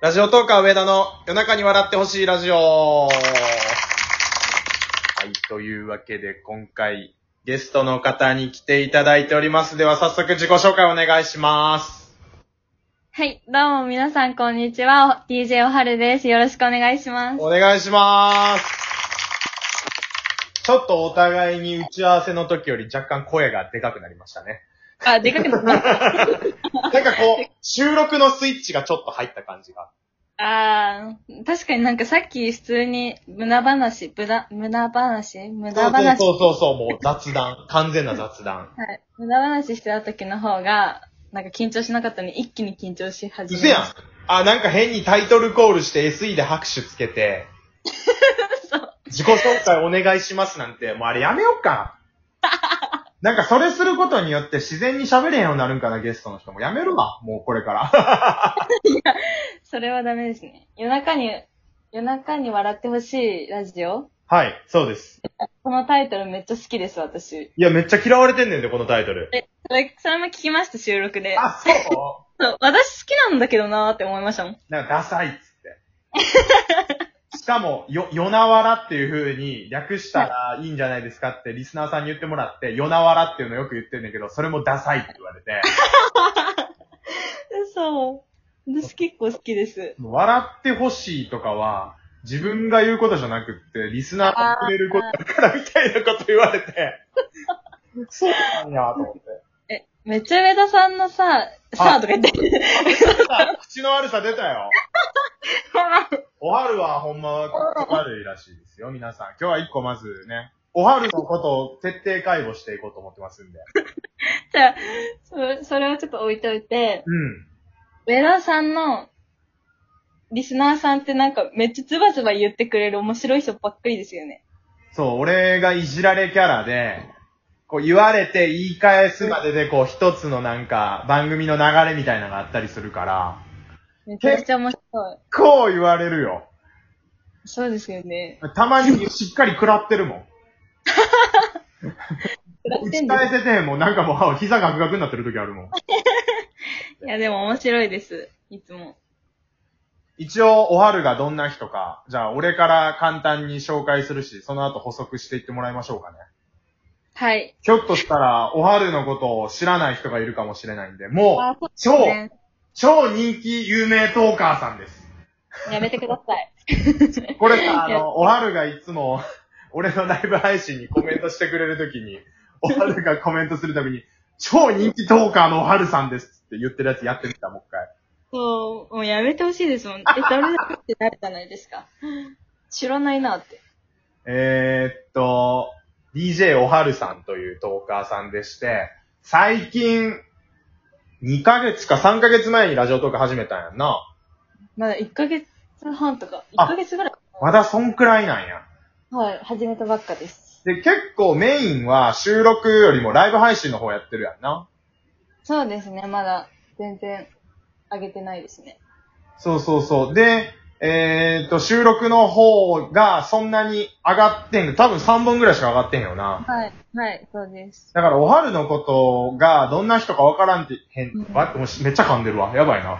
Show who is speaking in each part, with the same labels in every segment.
Speaker 1: ラジオトーカー上田の夜中に笑ってほしいラジオ。はい、というわけで今回ゲストの方に来ていただいております。では早速自己紹介お願いします。
Speaker 2: はい、どうも皆さんこんにちは。お DJ おはるです。よろしくお願いします。
Speaker 1: お願いします。ちょっとお互いに打ち合わせの時より若干声がでかくなりました ね。
Speaker 2: あ、でかくなった。
Speaker 1: なんかこう、収録のスイッチがちょっと入った感じが。
Speaker 2: あー、確かになんかさっき普通に無駄話、無駄、無駄話無駄話。
Speaker 1: そうそうそうそう、もう雑談。完全な雑談。
Speaker 2: はい。無駄話してた時の方が、なんか緊張しなかったのに一気に緊張し始
Speaker 1: う
Speaker 2: め
Speaker 1: せ
Speaker 2: ま
Speaker 1: やん
Speaker 2: し。
Speaker 1: あ、なんか変にタイトルコールして SE で拍手つけて、
Speaker 2: た。そう。
Speaker 1: 自己紹介お願いしますなんて、もうあれやめよっか。なんかそれすることによって自然に喋れへんようになるんかな、ゲストの人も。やめるわ、もうこれから。
Speaker 2: それはダメですね。夜中に、夜中に笑ってほしいラジオ
Speaker 1: はい、そうです。
Speaker 2: このタイトルめっちゃ好きです、私。
Speaker 1: いや、めっちゃ嫌われてんねんで、このタイトル。
Speaker 2: え、それ、それも聞きました、収録で。
Speaker 1: あ、そう
Speaker 2: そう私好きなんだけどなーって思いましたもん。
Speaker 1: なんかダサいっつって。しかも、よ、よなわらっていう風に略したらいいんじゃないですかってリスナーさんに言ってもらって、よなわらっていうのよく言ってんだけど、それもダサいって言われて。
Speaker 2: 嘘。私結構好きです。
Speaker 1: 笑ってほしいとかは、自分が言うことじゃなくって、リスナーがくれることだからみたいなこと言われて、そうなんや、と思って。
Speaker 2: え、めっちゃ上田さんのさ、さあとか 言って。
Speaker 1: 口の悪さ出たよ。おはるはほんまは悪いらしいですよ、皆さん。今日は一個まずね、おはるのことを徹底解剖していこうと思ってますんで。
Speaker 2: じゃあ、それ、それをちょっと置いといて、
Speaker 1: うん。
Speaker 2: 上田さんの、リスナーさんってなんかめっちゃズバズバ言ってくれる面白い人ばっかりですよね。
Speaker 1: そう、俺がいじられキャラで、こう言われて言い返すまでで、こう一つのなんか番組の流れみたいなのがあったりするから、
Speaker 2: めちゃくちゃ面白い。
Speaker 1: こう言われるよ。
Speaker 2: そうですよね。
Speaker 1: たまにしっかり食らってるもん。
Speaker 2: 食らっ
Speaker 1: 打
Speaker 2: て
Speaker 1: ち
Speaker 2: んです
Speaker 1: 返せてへんもん。なんかもう膝ガクガクになってる時あるもん。
Speaker 2: いやでも面白いです。いつも。
Speaker 1: 一応、おはるがどんな人か、じゃあ俺から簡単に紹介するし、その後補足していってもらいましょうかね。
Speaker 2: はい。
Speaker 1: ひょっとしたら、おはるのことを知らない人がいるかもしれないんで、もう、
Speaker 2: そう
Speaker 1: 超、超人気有名トーカーさんです。
Speaker 2: やめてください。
Speaker 1: これさ、あ
Speaker 2: いや
Speaker 1: の、おはるがいつも、俺のライブ配信にコメントしてくれるときに、おはるがコメントするたびに、超人気トーカーのおはるさんですって言ってるやつやってみた、もう一回。
Speaker 2: そう、もうやめてほしいですもん。え、誰だってなるじゃないですか。知らないなって。
Speaker 1: えーっと、DJ おはるさんというトーカーさんでして、最近、2ヶ月か3ヶ月前にラジオトーク始めたんやんな。
Speaker 2: まだ1ヶ月半とか、1
Speaker 1: あ
Speaker 2: ヶ月ぐらい。
Speaker 1: まだそんくらいなんや。
Speaker 2: はい、始めたばっかです。
Speaker 1: で、結構メインは収録よりもライブ配信の方やってるやんな。
Speaker 2: そうですね、まだ全然上げてないですね。
Speaker 1: そうそうそう。で、えーっと、収録の方がそんなに上がってんの。多分3本ぐらいしか上がってんよな。
Speaker 2: はい、はい、そうです。
Speaker 1: だから、おはるのことが、どんな人かわからんって、へん、わもうしめっちゃ噛んでるわ。やばい な。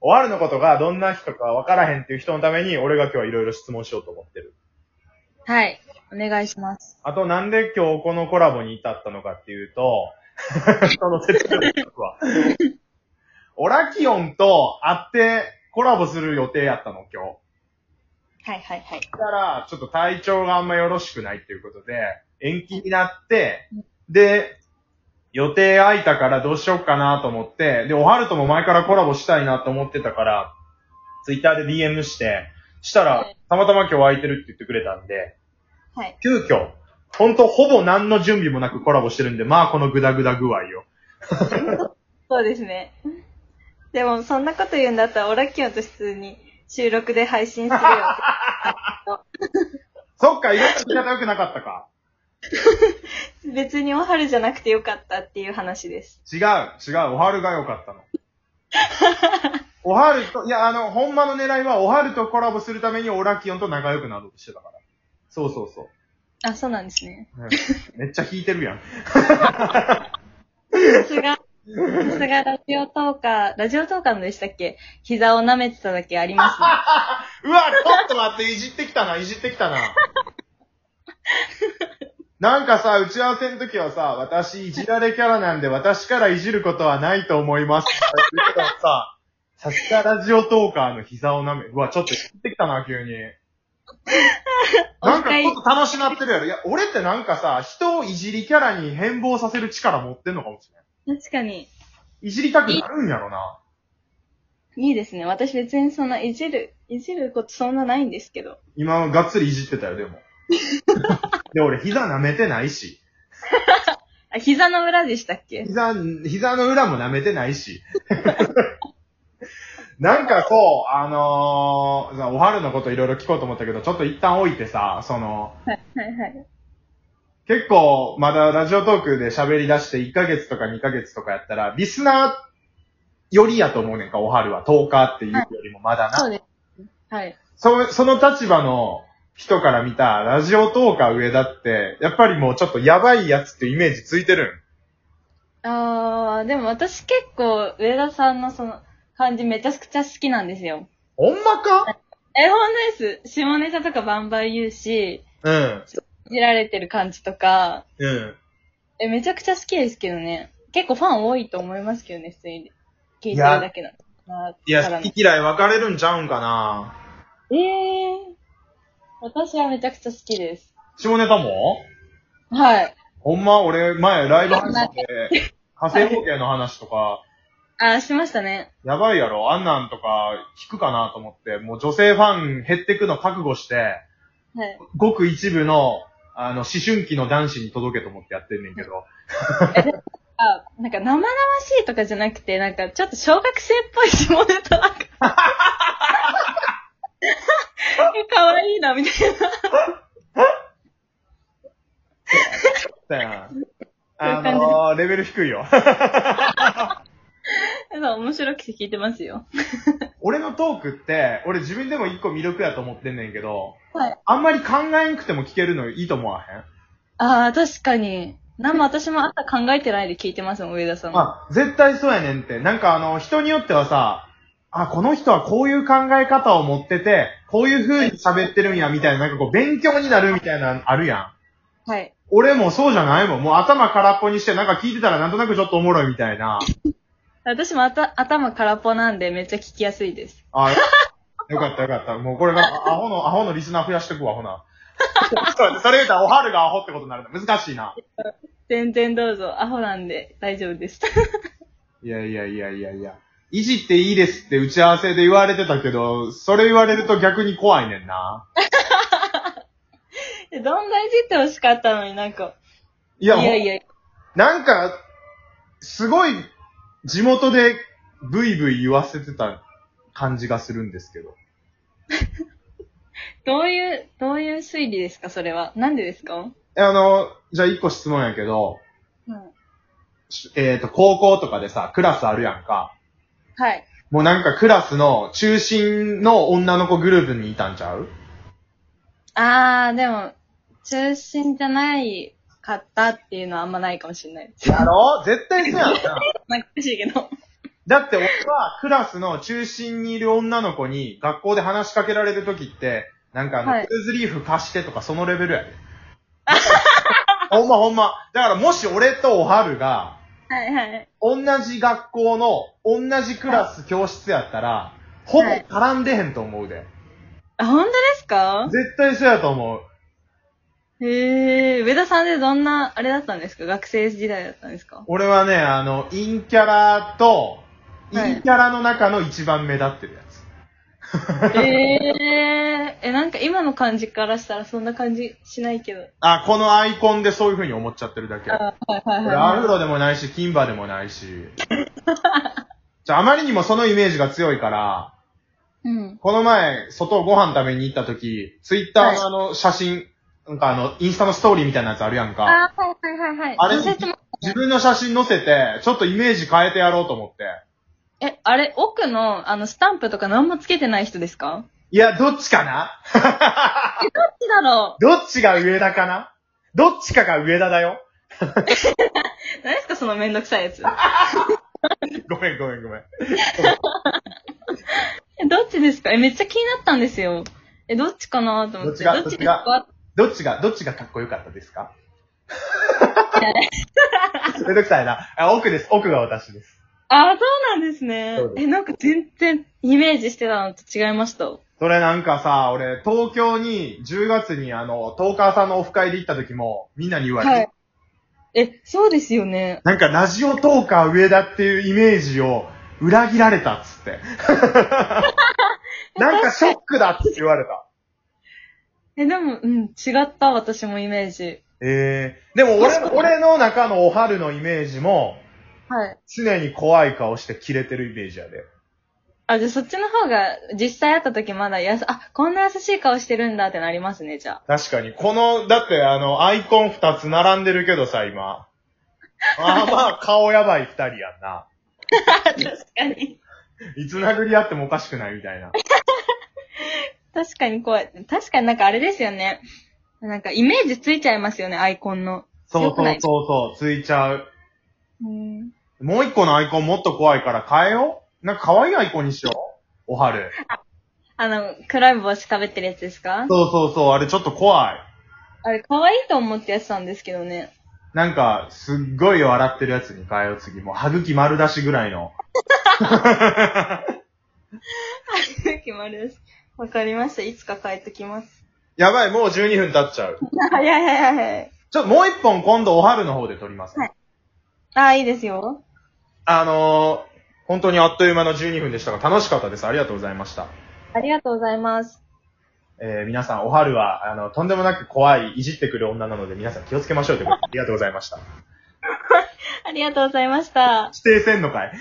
Speaker 1: おはるのことが、どんな人かわからへんっていう人のために、俺が今日はいろいろ質問しようと思ってる。
Speaker 2: はい、お願いします。
Speaker 1: あと、なんで今日このコラボに至ったのかっていうと、その説明 は。オラキオンと会ってコラボする予定やったの、今日。
Speaker 2: はい、はい、はい。
Speaker 1: だから、ちょっと体調があんまよろしくないっていうことで、延期になって、で、予定空いたからどうしようかなと思って、で、おはるとも前からコラボしたいなと思ってたから、ツイッターで DM して、した
Speaker 2: は
Speaker 1: ら
Speaker 2: い、
Speaker 1: たまたま今日空いてるって言ってくれたんで、
Speaker 2: はい。
Speaker 1: 急遽、ほんとほぼ何の準備もなくコラボしてるんで、まあこのグダグダ具合よ。
Speaker 2: そうですね。でも、そんなこと言うんだったら、オラキオンと普通に収録で配信するよ。
Speaker 1: そっか、意外と言い方良くなかったか。
Speaker 2: 別におはるじゃなくてよかったっていう話です。
Speaker 1: 違う、違う、おはるが良かったの。 おはると、いや、あの、ほんまの狙いは、おはるとコラボするためにオラキオンと仲良くなろうとしてたから。そうそうそう。
Speaker 2: あ、そうなんですね。
Speaker 1: うんめっちゃ引いてるやん。
Speaker 2: さすが、さすがラジオトーカー、ラジオトーカーのでしたっけ膝を舐めてただけありますね。
Speaker 1: うわ、ちょっと待って、いじってきたな、いじってきたな。なんかさ、打ち合わせの時はさ、私いじられキャラなんで、私からいじることはないと思います。言ってたらさ、さすがラジオトーカーの膝を舐め、うわ、ちょっといじってきたな、急に。なんかちょっと楽しなってるやろ。いや、俺ってなんかさ、人をいじりキャラに変貌させる力持ってんのかもしれない。
Speaker 2: 確かに。
Speaker 1: いじりたくなるんやろな。
Speaker 2: いいですね。私別にそんないじる、いじることそんなないんですけど。
Speaker 1: 今、がっつりいじってたよ、でも。で、俺、膝舐めてないし。
Speaker 2: あ、膝の裏でしたっけ
Speaker 1: 膝、膝の裏も舐めてないし。 なんかそう、あのーさ、おはるのこといろいろ聞こうと思ったけど、ちょっと一旦置いてさ、その、
Speaker 2: はいはい。
Speaker 1: 結構まだラジオトークで喋り出して1ヶ月とか2ヶ月とかやったら、リスナーよりやと思うねんか、おはるは。10日っていうよりもまだな。
Speaker 2: そうです。はい。
Speaker 1: そその立場の人から見たラジオトーカー上田って、やっぱりもうちょっとやばいやつっていうイメージついてるん。
Speaker 2: あー、でも私結構上田さんのその感じめちゃくちゃ好きなんですよ。
Speaker 1: ほんまか
Speaker 2: え、ほんとです。下ネタとかバンバン言うし、
Speaker 1: うん。
Speaker 2: いじられてる感じとか、
Speaker 1: うん。
Speaker 2: え、めちゃくちゃ好きですけどね。結構ファン多いと思いますけどね、普通に。聞いてるだけなのかな。
Speaker 1: い
Speaker 2: か
Speaker 1: や、
Speaker 2: ら
Speaker 1: 好き嫌い分かれるんちゃうんかな
Speaker 2: ええー。私はめちゃくちゃ好きです。
Speaker 1: 下ネタも
Speaker 2: はい。
Speaker 1: ほんま俺、前ライブ配信 で、火星冒険の話とか、
Speaker 2: あ、しましたね。
Speaker 1: やばいやろあんなんとか聞くかなと思って、もう女性ファン減ってくの覚悟して、
Speaker 2: はい。
Speaker 1: ごく一部の、あの、思春期の男子に届けと思ってやってんねんけ ど、
Speaker 2: あ、なんか生々しいとかじゃなくて、なんかちょっと小学生っぽい下ネタなんか。 かわいいな、みたいな。
Speaker 1: だよな
Speaker 2: そういう
Speaker 1: あ
Speaker 2: 感じ
Speaker 1: のーレベル低いよ。
Speaker 2: そう 面白くて聞いてますよ。
Speaker 1: 俺のトークって、俺自分でも一個魅力やと思ってんねんけど、
Speaker 2: はい。
Speaker 1: あんまり考えんくても聞けるのいいと思わへん
Speaker 2: ああ、確かに。なんも私も朝考えてないで聞いてますもん、上田さんの。
Speaker 1: あ、絶対そうやねんって。なんかあの、人によってはさ、あ、この人はこういう考え方を持ってて、こういう風に喋ってるんや、みたいな、なんかこう、勉強になるみたいなのあるやん。
Speaker 2: はい。
Speaker 1: 俺もそうじゃないもん。もう頭空っぽにして、なんか聞いてたらなんとなくちょっとおもろいみたいな。
Speaker 2: 私もあた頭空っぽなんでめっちゃ聞きやすいです。
Speaker 1: あ、 よかったよかった。もうこれが、あアホの、アホのリスナー増やしてくわ、ほな。 そうそれ言うたら、おはるがアホってことになるの。難しいな。
Speaker 2: 全然どうぞ、アホなんで大丈夫です。
Speaker 1: いやいやいやいやいや。いじっていいですって打ち合わせで言われてたけど、それ言われると逆に怖いねんな。
Speaker 2: えどんないじってほしかったのになんか。
Speaker 1: い
Speaker 2: い
Speaker 1: や、
Speaker 2: やいや、
Speaker 1: なんか、すごい、地元でブイブイ言わせてた感じがするんですけど。
Speaker 2: どういう、どういう推理ですか、それは。なんでですか
Speaker 1: えあの、じゃあ一個質問やけど、
Speaker 2: うん。
Speaker 1: しえっ、と、高校とかでさ、クラスあるやんか。
Speaker 2: はい。
Speaker 1: もうなんかクラスの中心の女の子グループにいたんちゃう
Speaker 2: あー、でも、中心じゃないかったっていうのはあんまないかもしれないです。
Speaker 1: やろ絶対そうやんな。
Speaker 2: なんか欲しいけど。
Speaker 1: だって俺はクラスの中心にいる女の子に学校で話しかけられるときって、なんかあの、
Speaker 2: はい
Speaker 1: クルーズリーフ貸してとかそのレベル やで。ほんまほんま。だからもし俺とおはるが、
Speaker 2: はいはい。
Speaker 1: 同じ学校の、同じクラス教室やったら、ほぼ絡んでへんと思うで。
Speaker 2: あ、本当ですか
Speaker 1: 絶対そうやと思う。
Speaker 2: へえー、上田さんでどんな、あれだったんですか学生時代だったんです か
Speaker 1: 俺はね、あの、陰キャラと、
Speaker 2: はい
Speaker 1: 陰キャラの中の一番目立ってるやつ。
Speaker 2: えー、え、なんか今の感じからしたらそんな感じしないけど。
Speaker 1: あ、このアイコンでそういう風に思っちゃってるだけ。
Speaker 2: あはいはい
Speaker 1: 俺ア
Speaker 2: は
Speaker 1: フロでもないし、キンバでもない し。じゃあ、あまりにもそのイメージが強いから、
Speaker 2: い。うん。
Speaker 1: この前、外ご飯食べに行った時、ツイッターのあの、写真、なんかあの、インスタのストーリーみたいなやつあるやんか。
Speaker 2: あー、はいはいはいはい。
Speaker 1: あれ
Speaker 2: 乗せても
Speaker 1: 自分の写真載せて、ちょっとイメージ変えてやろうと思って。
Speaker 2: え、あれ、奥の、あの、スタンプとか何もつけてない人ですか
Speaker 1: いや、どっちかな
Speaker 2: どっちだろ
Speaker 1: どっちが上田かなどっちかが上田だよ。
Speaker 2: う何ですかそのめんどくさいやつ。ど
Speaker 1: ごめんごめんごめん。
Speaker 2: っちですかえ、めっちゃ気になったんですよ。え、どっちかなと思って。
Speaker 1: どっちが
Speaker 2: どっちですか
Speaker 1: どっちが、どっちがかっこよかったですか めんどくさいな。あ奥です。奥が私です。
Speaker 2: あ、そうなんですね
Speaker 1: そう。です
Speaker 2: え、なんか全然イメージしてたのと違いました。
Speaker 1: それなんかさ、俺、東京に10月にあの、トーカーさんのオフ会で行った時も、みんなに言われて、
Speaker 2: はい。え、そうですよね。
Speaker 1: なんかラジオトーカー上田っていうイメージを裏切られたっつ って。なんかショックだっつって言われた。
Speaker 2: え、でも、うん、違った、私もイメージ。
Speaker 1: ええでも俺、俺の中のおはるのイメージも、
Speaker 2: はい。
Speaker 1: 常に怖い顔してキレてるイメージやで。
Speaker 2: あ、じゃあそっちの方が、実際会った時まだやさ、あ、こんな優しい顔してるんだってなりますね、じゃ
Speaker 1: 確かに。この、だってあの、アイコン二つ並んでるけどさ、 今。まあまあ、顔やばい二人やんな。
Speaker 2: あ。確かに。
Speaker 1: いつ殴り合ってもおかしくないみたいな。
Speaker 2: 確かに怖い。確かになんかあれですよね。なんかイメージついちゃいますよね、アイコンの。
Speaker 1: そう
Speaker 2: よく
Speaker 1: そう
Speaker 2: な
Speaker 1: そう
Speaker 2: い
Speaker 1: そう、ついちゃう。
Speaker 2: うん。
Speaker 1: もう一個のアイコンもっと怖いから変えよう。なんか可愛いアイコンにしよう。おは る。
Speaker 2: あの、黒い帽子かぶってるやつですか
Speaker 1: そうそうそう、あれちょっと怖い。
Speaker 2: あれ、可愛いと思ってやってたんですけど ね。
Speaker 1: なんか、すっごい笑ってるやつに変えよう、次。もう、歯茎丸出しぐらいの。
Speaker 2: 決まるです。わかりました。いつか帰ってき ます。
Speaker 1: やばい、もう12分経っちゃう。
Speaker 2: はいはいはいはい。
Speaker 1: ちょ、もう一本今度、おはるの方で撮ります。
Speaker 2: はいあ、いいですよ。
Speaker 1: あのー、本当にあっという間の12分でしたが、楽しかったです。ありがとうございました。
Speaker 2: ありがとうございます。
Speaker 1: えー、皆さん、おはるは、あの、とんでもなく怖い、いじってくる女なので、皆さん気をつけましょうということで、ありがとうございました。
Speaker 2: ありがとうございました。
Speaker 1: 指定せんのかい